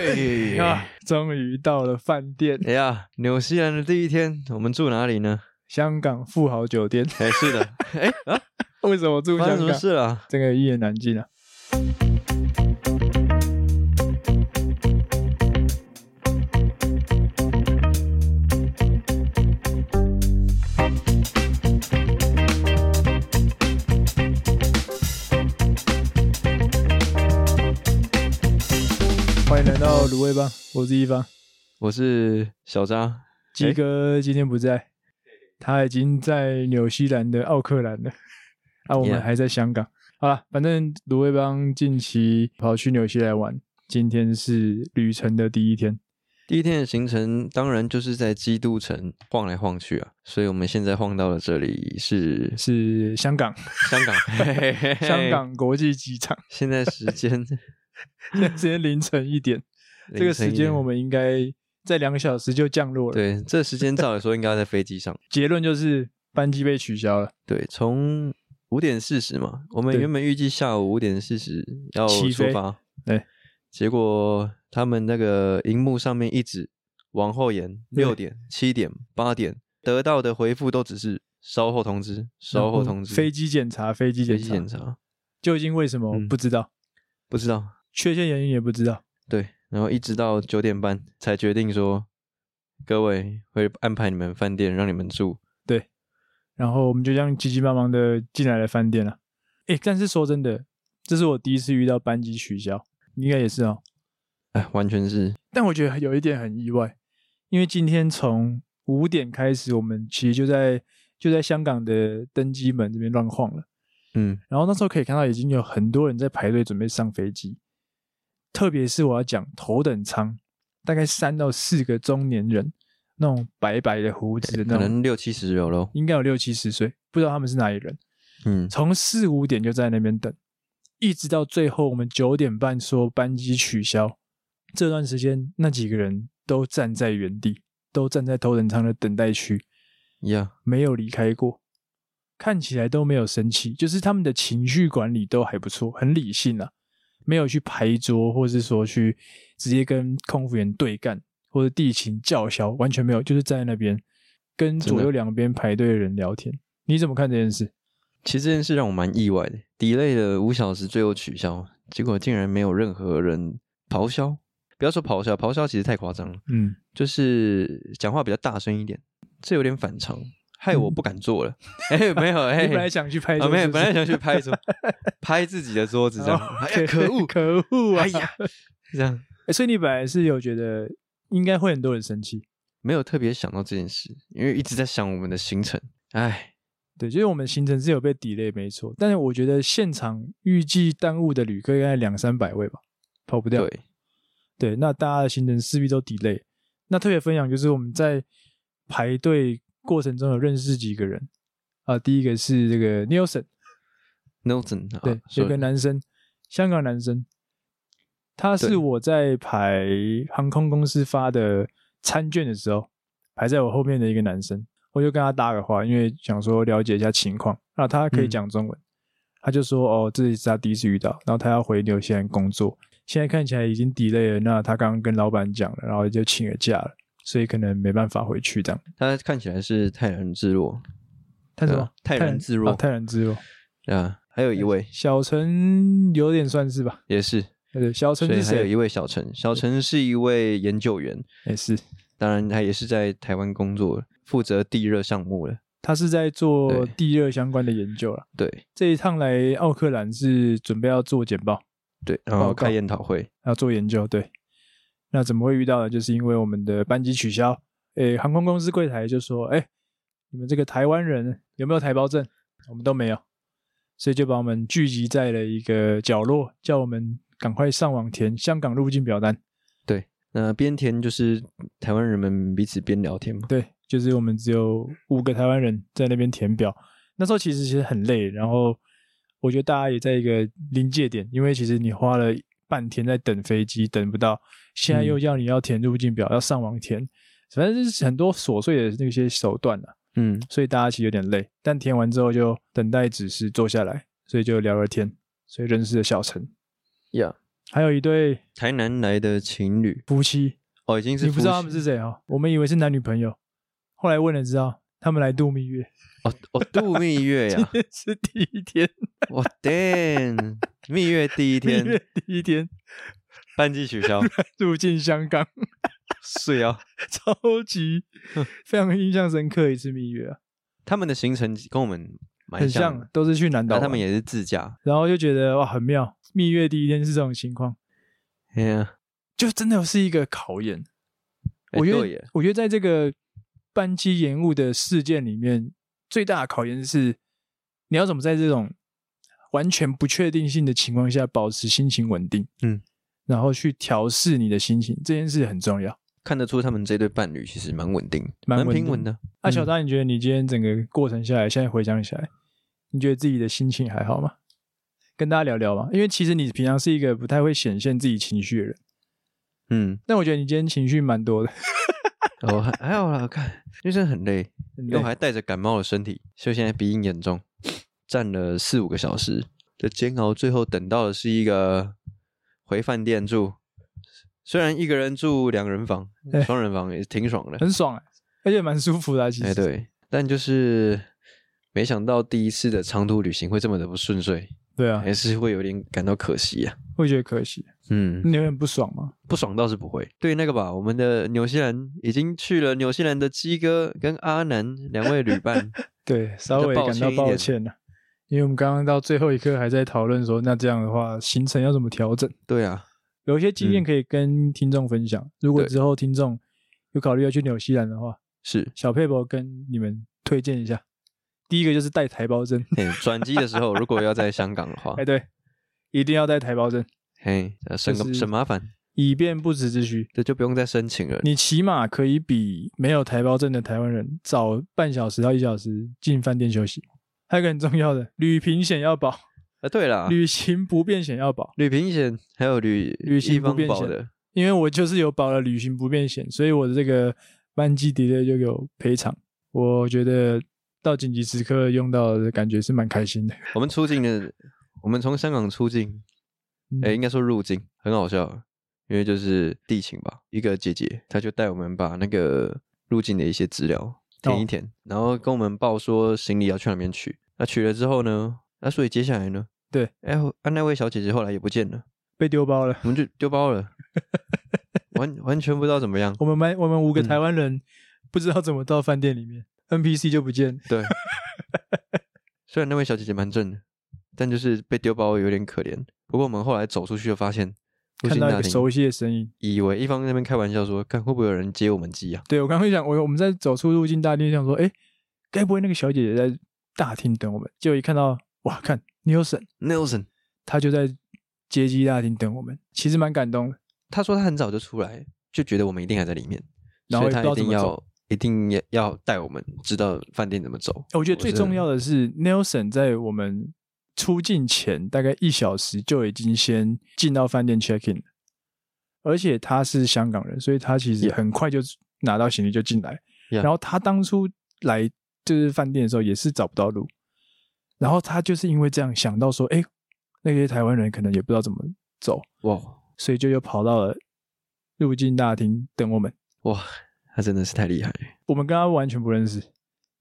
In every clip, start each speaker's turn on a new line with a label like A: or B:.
A: 哎
B: 啊， 终于到了饭店，
A: 哎呀，纽西兰的第一天，我们住哪里呢？
B: 香港富豪酒店。
A: 哎，是的，哎啊，
B: 为什么住
A: 发
B: 香
A: 生什么
B: 港？
A: 事了？
B: 这个一言难尽啊。欢迎来到卤味帮，我是一方。
A: 我是小张，
B: 鸡哥今天不在，他已经在纽西兰的奥克兰了，啊，我们
A: Yeah
B: 还在香港。好了，反正卢威邦近期跑去纽西兰玩，今天是旅程的第一天。
A: 第一天的行程当然就是在基督城晃来晃去啊，所以我们现在晃到了这里是
B: 是香港，
A: 香港，嘿嘿嘿嘿
B: 香。港国际机场，
A: 现在时间
B: 现在 今天凌晨一点，这个时间我
A: 们
B: 们应该在两个小时就降落了。
A: 对这时间照理说应该在飞机上。
B: 结论就是班机被取消了，
A: 对，从五点四十嘛，我们
B: 对
A: 原本预计下午五点四十要
B: 起
A: 出
B: 飞
A: 发，
B: 对，
A: 结果他们那个荧幕上面一直往后延，
B: 对
A: 六点、七点、八点，得到的回复都只是稍后通知，稍后通知，
B: 飞机检查，飞机
A: 飞
B: 检
A: 机
B: 查，
A: 检查，
B: 究竟为什么
A: 嗯
B: 不知道，
A: 不知道，
B: 确切原因也不知道。
A: 对，然后一直到九点半才决定说，各位会安排你们饭店让你们住，
B: 然后我们就这样急急忙忙的进来了饭店了。诶，但是说真的，这是我第一次遇到班机取消，你应该也是哦。
A: 哎，完全是
B: 但我觉得有一点很意外，因为今天从五点开始，我们其实就在就在香港的登机门这边乱晃了。
A: 嗯，
B: 然后那时候可以看到已经有很多人在排队准备上飞机，特别是我要讲头等舱，大概三到四个中年人，那种白白的胡子的那
A: 可
B: 种，
A: 能六七十有咯，
B: 应该有六七十岁，不知道他们是哪里人。
A: 嗯，
B: 从四五点就在那边等，一直到最后我们九点半说班机取消，这段时间那几个人都站在原地，都站在头等舱的等待区，
A: 一样，
B: 没有离开过，看起来都没有生气，就是他们的情绪管理都还不错，很理性啊，没有去排桌，或是说去直接跟空服员对干，或者地勤叫嚣，完全没有，就是站在那边
A: 真
B: 跟
A: 的
B: 左右两边排队的人聊天。你怎么看这件事？
A: 其实这件事让我蛮意外的，delay 了五小时，最后取消，结果竟然没有任何人咆哮。不要说咆哮，咆哮其实太夸张了，
B: 嗯，
A: 就是讲话比较大声一点，这有点反常，害我不敢做了。哎、没有，哎、
B: 嗯 你本来想去拍
A: 啊
B: 桌子
A: 没
B: 是
A: 有，
B: 不
A: 本
B: 是
A: 来想去拍 桌， 拍自己的桌子这样。
B: 哦
A: 哎呀，可恶，
B: 可恶啊！
A: 哎呀，这样
B: 欸所以你本来是有觉得应该会很多人生气，
A: 没有特别想到这件事，因为一直在想我们的行程。哎，
B: 对，就是我们行程是有被 delay 没错，但是我觉得现场预计耽误的旅客应该两三百位吧，跑不掉。
A: 对，
B: 对，那大家的行程势必都 delay。那特别分享就是我们在排队过程中有认识几个人啊，第一个是这个 Nelson，
A: Nelson，啊
B: 对，有个
A: 说
B: 男生，香港男生，他
A: 对
B: 是我在排航空公司发的餐券的时候，排在我后面的一个男生，我就跟他搭个话，因为想说了解一下情况。那他可以
A: 嗯
B: 讲中文，他就说哦，这是他第一次遇到，然后他要回纽西兰工作，现在看起来已经 delay 了。那他刚刚跟老板讲了，然后就请了假了，所以可能没办法回去这样。
A: 他看起来是泰然自若，
B: 他什
A: 对
B: 么
A: 啊？泰然自若
B: 哦泰然自若。
A: 对啊，还有一位
B: 小陈有点算是吧？
A: 也是，
B: 对，小
A: 所
B: 陈
A: 以
B: 是
A: 还有
B: 谁
A: 一？位小陈，小陈是一位研究员，
B: 也是。
A: 当然他也是在台湾工作，负责地热项目了。
B: 他是在做
A: 对
B: 地热相关的研究了。
A: 对
B: 这一趟来奥克兰是准备要做简报，
A: 对，然
B: 报
A: 后
B: 告
A: 开研讨会，
B: 要做研究。对，那怎么会遇到呢？就是因为我们的班机取消，诶，航空公司柜台就说：“诶，你们这个台湾人有没有台胞证？我们都没有，所以就把我们聚集在了一个角落，叫我们赶快上网填香港入境表单。
A: 对，那边填就是台湾人们彼此边聊天嘛。
B: 对，就是我们只有五个台湾人在那边填表。那时候其实其实很累，然后我觉得大家也在一个临界点，因为其实你花了半天在等飞机，等不到，
A: 嗯
B: 现在又要你要填入境表，要上网填，反正就是很多琐碎的那些手段啊，
A: 嗯，
B: 所以大家其实有点累。但填完之后就等待指示，坐下来，所以就聊了天，所以认识了小陈。
A: 呀，
B: 还有一对
A: 台南来的情侣
B: 夫妻，
A: 哦，已经是
B: 你不知道他
A: 夫
B: 们
A: 妻
B: 是谁哦，我们以为是男女朋友，后来问了知道他们来度蜜月，
A: 哦哦度蜜月呀、
B: 是第一天，
A: 哇 damn，蜜月第一
B: 蜜
A: 天
B: 月第一天
A: 班机取 消，
B: 入境香港，
A: 睡啊！
B: 超级非常印象深刻一次蜜月啊，
A: 他们的行程跟我们蛮
B: 很
A: 像
B: 像啊
A: 的，，
B: 都是去南岛
A: 那
B: 玩，
A: 他们也是自驾，
B: 然后就觉得哇很妙，蜜月第一天是这种情况，
A: 哎呀，
B: 就真的是一个考验。
A: 哎
B: 我觉
A: 对
B: 得
A: 耶，
B: 我觉得在这个班机延误的事件里面，最大的考验是你要怎么在这种完全不确定性的情况下保持心情稳定，
A: 嗯，
B: 然后去调试你的心情，这件事很重要。
A: 看得出他们这对伴侣其实蛮稳定，
B: 蛮
A: 蛮
B: 稳
A: 平稳
B: 定
A: 的。
B: 那、
A: 嗯
B: 啊小张，你觉得你今天整个过程下来，现在回想起来，你觉得自己的心情还好吗？跟大家聊聊吧，因为其实你平常是一个不太会显现自己情绪的人，
A: 嗯，
B: 但我觉得你今天情绪蛮多的，
A: 哦，还还好啦，看，因为真的很累，
B: 很
A: 又
B: 累
A: 还带着感冒的身体，所以现在鼻音严重，站了四五个小时的煎熬，最后等到的是一个回饭店住，虽然一个人住两人 房
B: 哎，
A: 双人房也挺爽的，
B: 很爽、欸，而且蛮舒服的、啊，其实。
A: 哎，对，但就是没想到第一次的长途旅行会这么的不顺遂，
B: 对啊，
A: 还是会有点感到可惜呀、
B: 会觉得可惜。
A: 嗯，
B: 你有点不爽吗？
A: 不爽倒是不会。对那个吧，我们的纽西兰已经去了纽西兰的鸡哥跟阿南两位旅 伴，
B: 对，稍微感到抱歉了、因为我们刚刚到最后一刻还在讨论说，那这样的话行程要怎么调整？
A: 对啊，
B: 有一些经验
A: 嗯
B: 可以跟听众分享。如果
A: 对
B: 之后听众有考虑要去纽西兰的话，
A: 是。
B: 小佩伯跟你们推荐一下。第一个就是带台胞证，
A: 嘿，转机的时候如果要在香港的话
B: 哎，，对，一定要带台胞证，
A: 嘿，呃省
B: 就
A: 个
B: 是
A: 省麻烦，
B: 以便不时之需。
A: 这就不用再申请了。
B: 你起码可以比没有台胞证的台湾人早半小时到一小时进饭店休息。还有一个很重要的，旅行险要保，
A: 啊，对啦，旅
B: 旅行不便险要保。
A: 旅平险还有旅
B: 旅行
A: 一
B: 不
A: 方
B: 便
A: 保
B: 险
A: 的，
B: 因为我就是有保了旅行不便险，所以我的这个班机 delay 就有赔偿。我觉得到紧急时刻用到的感觉是蛮开心的。
A: 我们出境的，我们从香港出境，
B: 嗯
A: 哎、应该说入境，很好笑，因为就是地勤吧，一个姐姐，她就带我们把那个入境的一些资料填
B: 哦
A: 一填，然后跟我们报说行李要去哪边取。那取了之后呢，那所以接下来呢，
B: 对，
A: 哎、啊那位小姐姐后来也不见了，
B: 被丢包了。
A: 我们就丢包 了，完完全不知道怎么样。
B: 我们班我们五个
A: 嗯
B: 台湾人不知道怎么到饭店里面，NPC 就不见了。
A: 对，虽然那位小姐姐蛮正的，但就是被丢包有点可怜。不过我们后来走出去就发现，入
B: 看
A: 境
B: 到一
A: 大
B: 个
A: 厅
B: 熟悉的身影，
A: 以为一方在那边开玩笑说，看会不会有人接我们机啊？
B: 对我刚刚想，我我们在走出入境大厅，想说，哎，该不会那个小姐姐在大厅等我们？结果一看到，哇，看 Nelson，
A: Nelson，
B: 他就在接机大厅等我们，其实蛮感动的。
A: 他说他很早就出来，就觉得我们一定还在里面，
B: 然
A: 所
B: 后
A: 以
B: 也
A: 他
B: 不
A: 一
B: 知
A: 定
B: 道怎么
A: 要一定要要带我们知道饭店怎么走。
B: 我觉得最
A: 是
B: 重要的是，Nelson 在我们出境前大概一小时就已经先进到饭店 check in，了而且他是香港人，所以他其实
A: Yeah
B: 很快就拿到行李就进来。
A: Yeah
B: 然后他当初来就是饭店的时候也是找不到路，然后他就是因为这样想到说，哎，那些台湾人可能也不知道怎么走，
A: 哇
B: 所以就又跑到了入境大厅等我们。
A: 哇，他真的是太厉害了。
B: 我们跟他完全不认识，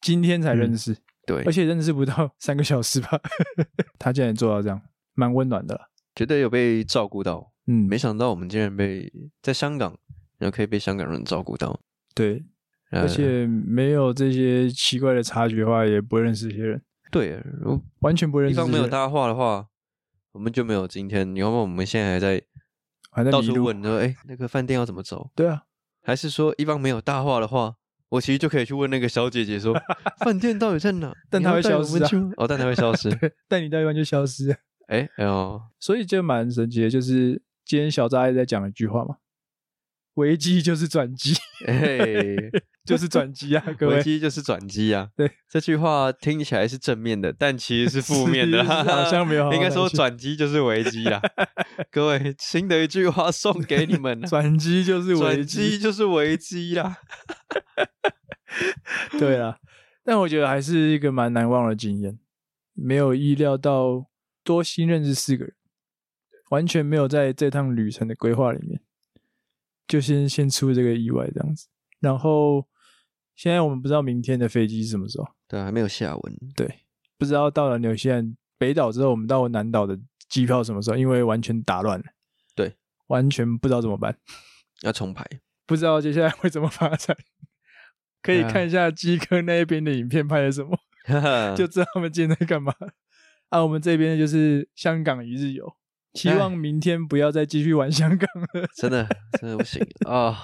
B: 今天才认
A: 嗯
B: 识。
A: 对
B: 而，且认识不到三个小时吧， 他竟然做到这样，蛮温暖的啦。
A: 觉得有被照顾到，
B: 嗯，
A: 没想到我们竟然被在香港，然后可以被香港人照顾到。
B: 对，
A: 呃
B: 而且没有这些奇怪的察觉的话，也不会认识这些人，
A: 对，如果
B: 完全不会认
A: 地
B: 识这
A: 方
B: 些人。
A: 没有搭话的话，我们就没有今天。你要不然我们现在还在
B: 还在
A: 到
B: 迷
A: 处
B: 路
A: 问说，哎、那个饭店要怎么走？
B: 对啊，
A: 还是说一方没有大话的话，我其实就可以去问那个小姐姐说，饭店到底在哪？
B: 但
A: 你
B: 她
A: 要
B: 会
A: 带
B: 消
A: 我
B: 失
A: 们
B: 啊
A: 去 吗哦，但她会消失。
B: 带你到一半就消失了，
A: 哎，哎呦，
B: 所以就蛮神奇的。就是今天小扎也在讲一句话嘛，危机就是转机，
A: 哎，
B: 就是转 机啊，各
A: 危
B: 位。
A: 机就是转机啊。
B: 对，
A: 这句话听起来是正面的，但其实是负面的，
B: 是是好像没哦有好 好
A: 应该说
B: 拿去，
A: 转机就是危机啊。 各位，新的一句话送给你们啊
B: 转机就是危
A: 转
B: 机，
A: 机就是危机啊啦。
B: 对啦，但我觉得还是一个蛮难忘的经验，没有意料到多新认识四个人，完全没有在这趟旅程的规划里面，就先先出这个意外这样子。然后现在我们不知道明天的飞机是什么时候，
A: 对啊，还没有下文。
B: 对，不知道到了纽西兰北岛之后，我们到南岛的机票什么时候，因为完全打乱了，
A: 对，
B: 完全不知道怎么办，
A: 要重排，
B: 不知道接下来会怎么发展。 可以
A: 对啊
B: 看一下基哥那一边的影片拍的什么。 就知道他们今天在干嘛。啊，我们这边就是香港一日游，希望明天不要再继续玩香港了。
A: 真的真的不行啊、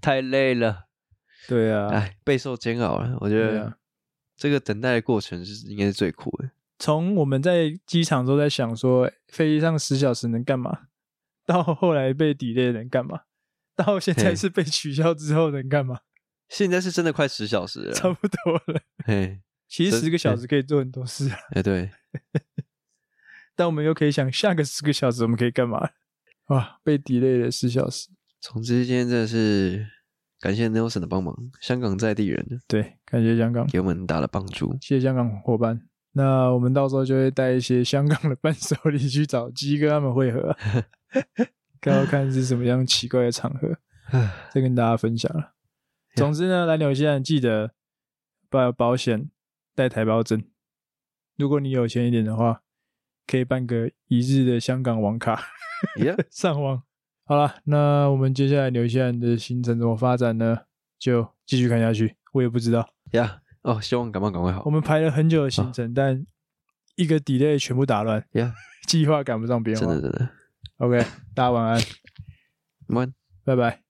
A: 太累了，
B: 对 啊，
A: 哎，备受煎熬了。我觉
B: 对
A: 得
B: 啊
A: 这个等待的过程是应该是最苦的。
B: 从我们在机场都在想说飞机上十小时能干嘛，到后来被 delay 能干嘛，到现在
A: 嘿
B: 是被取消之后能干嘛，
A: 现在是真的快十小时了
B: 差
A: 啦，
B: 不多了。
A: 嘿，
B: 其实
A: 这
B: 十个小时可以做很多事，啊
A: 哎对，
B: 但我们又可以想下个十个小时我们可以干嘛。哇，被 delay 了十小时，
A: 总之今天真的是感谢 Nelson 的帮忙，香港在地人
B: 对，感谢香港。
A: 给我们很大的帮 助。
B: 谢谢香港伙伴。那我们到时候就会带一些香港的伴手礼去找鸡哥他们会合、啊，看要看是什么样奇怪的场合，再跟大家分享了。总之呢，来纽西兰记得把保险带台胞证，如果你有钱一点的话，可以办个一日的香港网卡
A: 耶，
B: 上网。好了，那我们接下来纽西兰的行程怎么发展呢？就继续看下去，我也不知道。
A: 呀，哦，希望感冒赶快好
B: 我。们排了很久的行程，但一个 delay 全部打乱，
A: 呀，
B: 计划赶不上变
A: 真
B: 化
A: 的。真的，
B: OK，大家晚安，
A: 晚安。
B: 拜拜。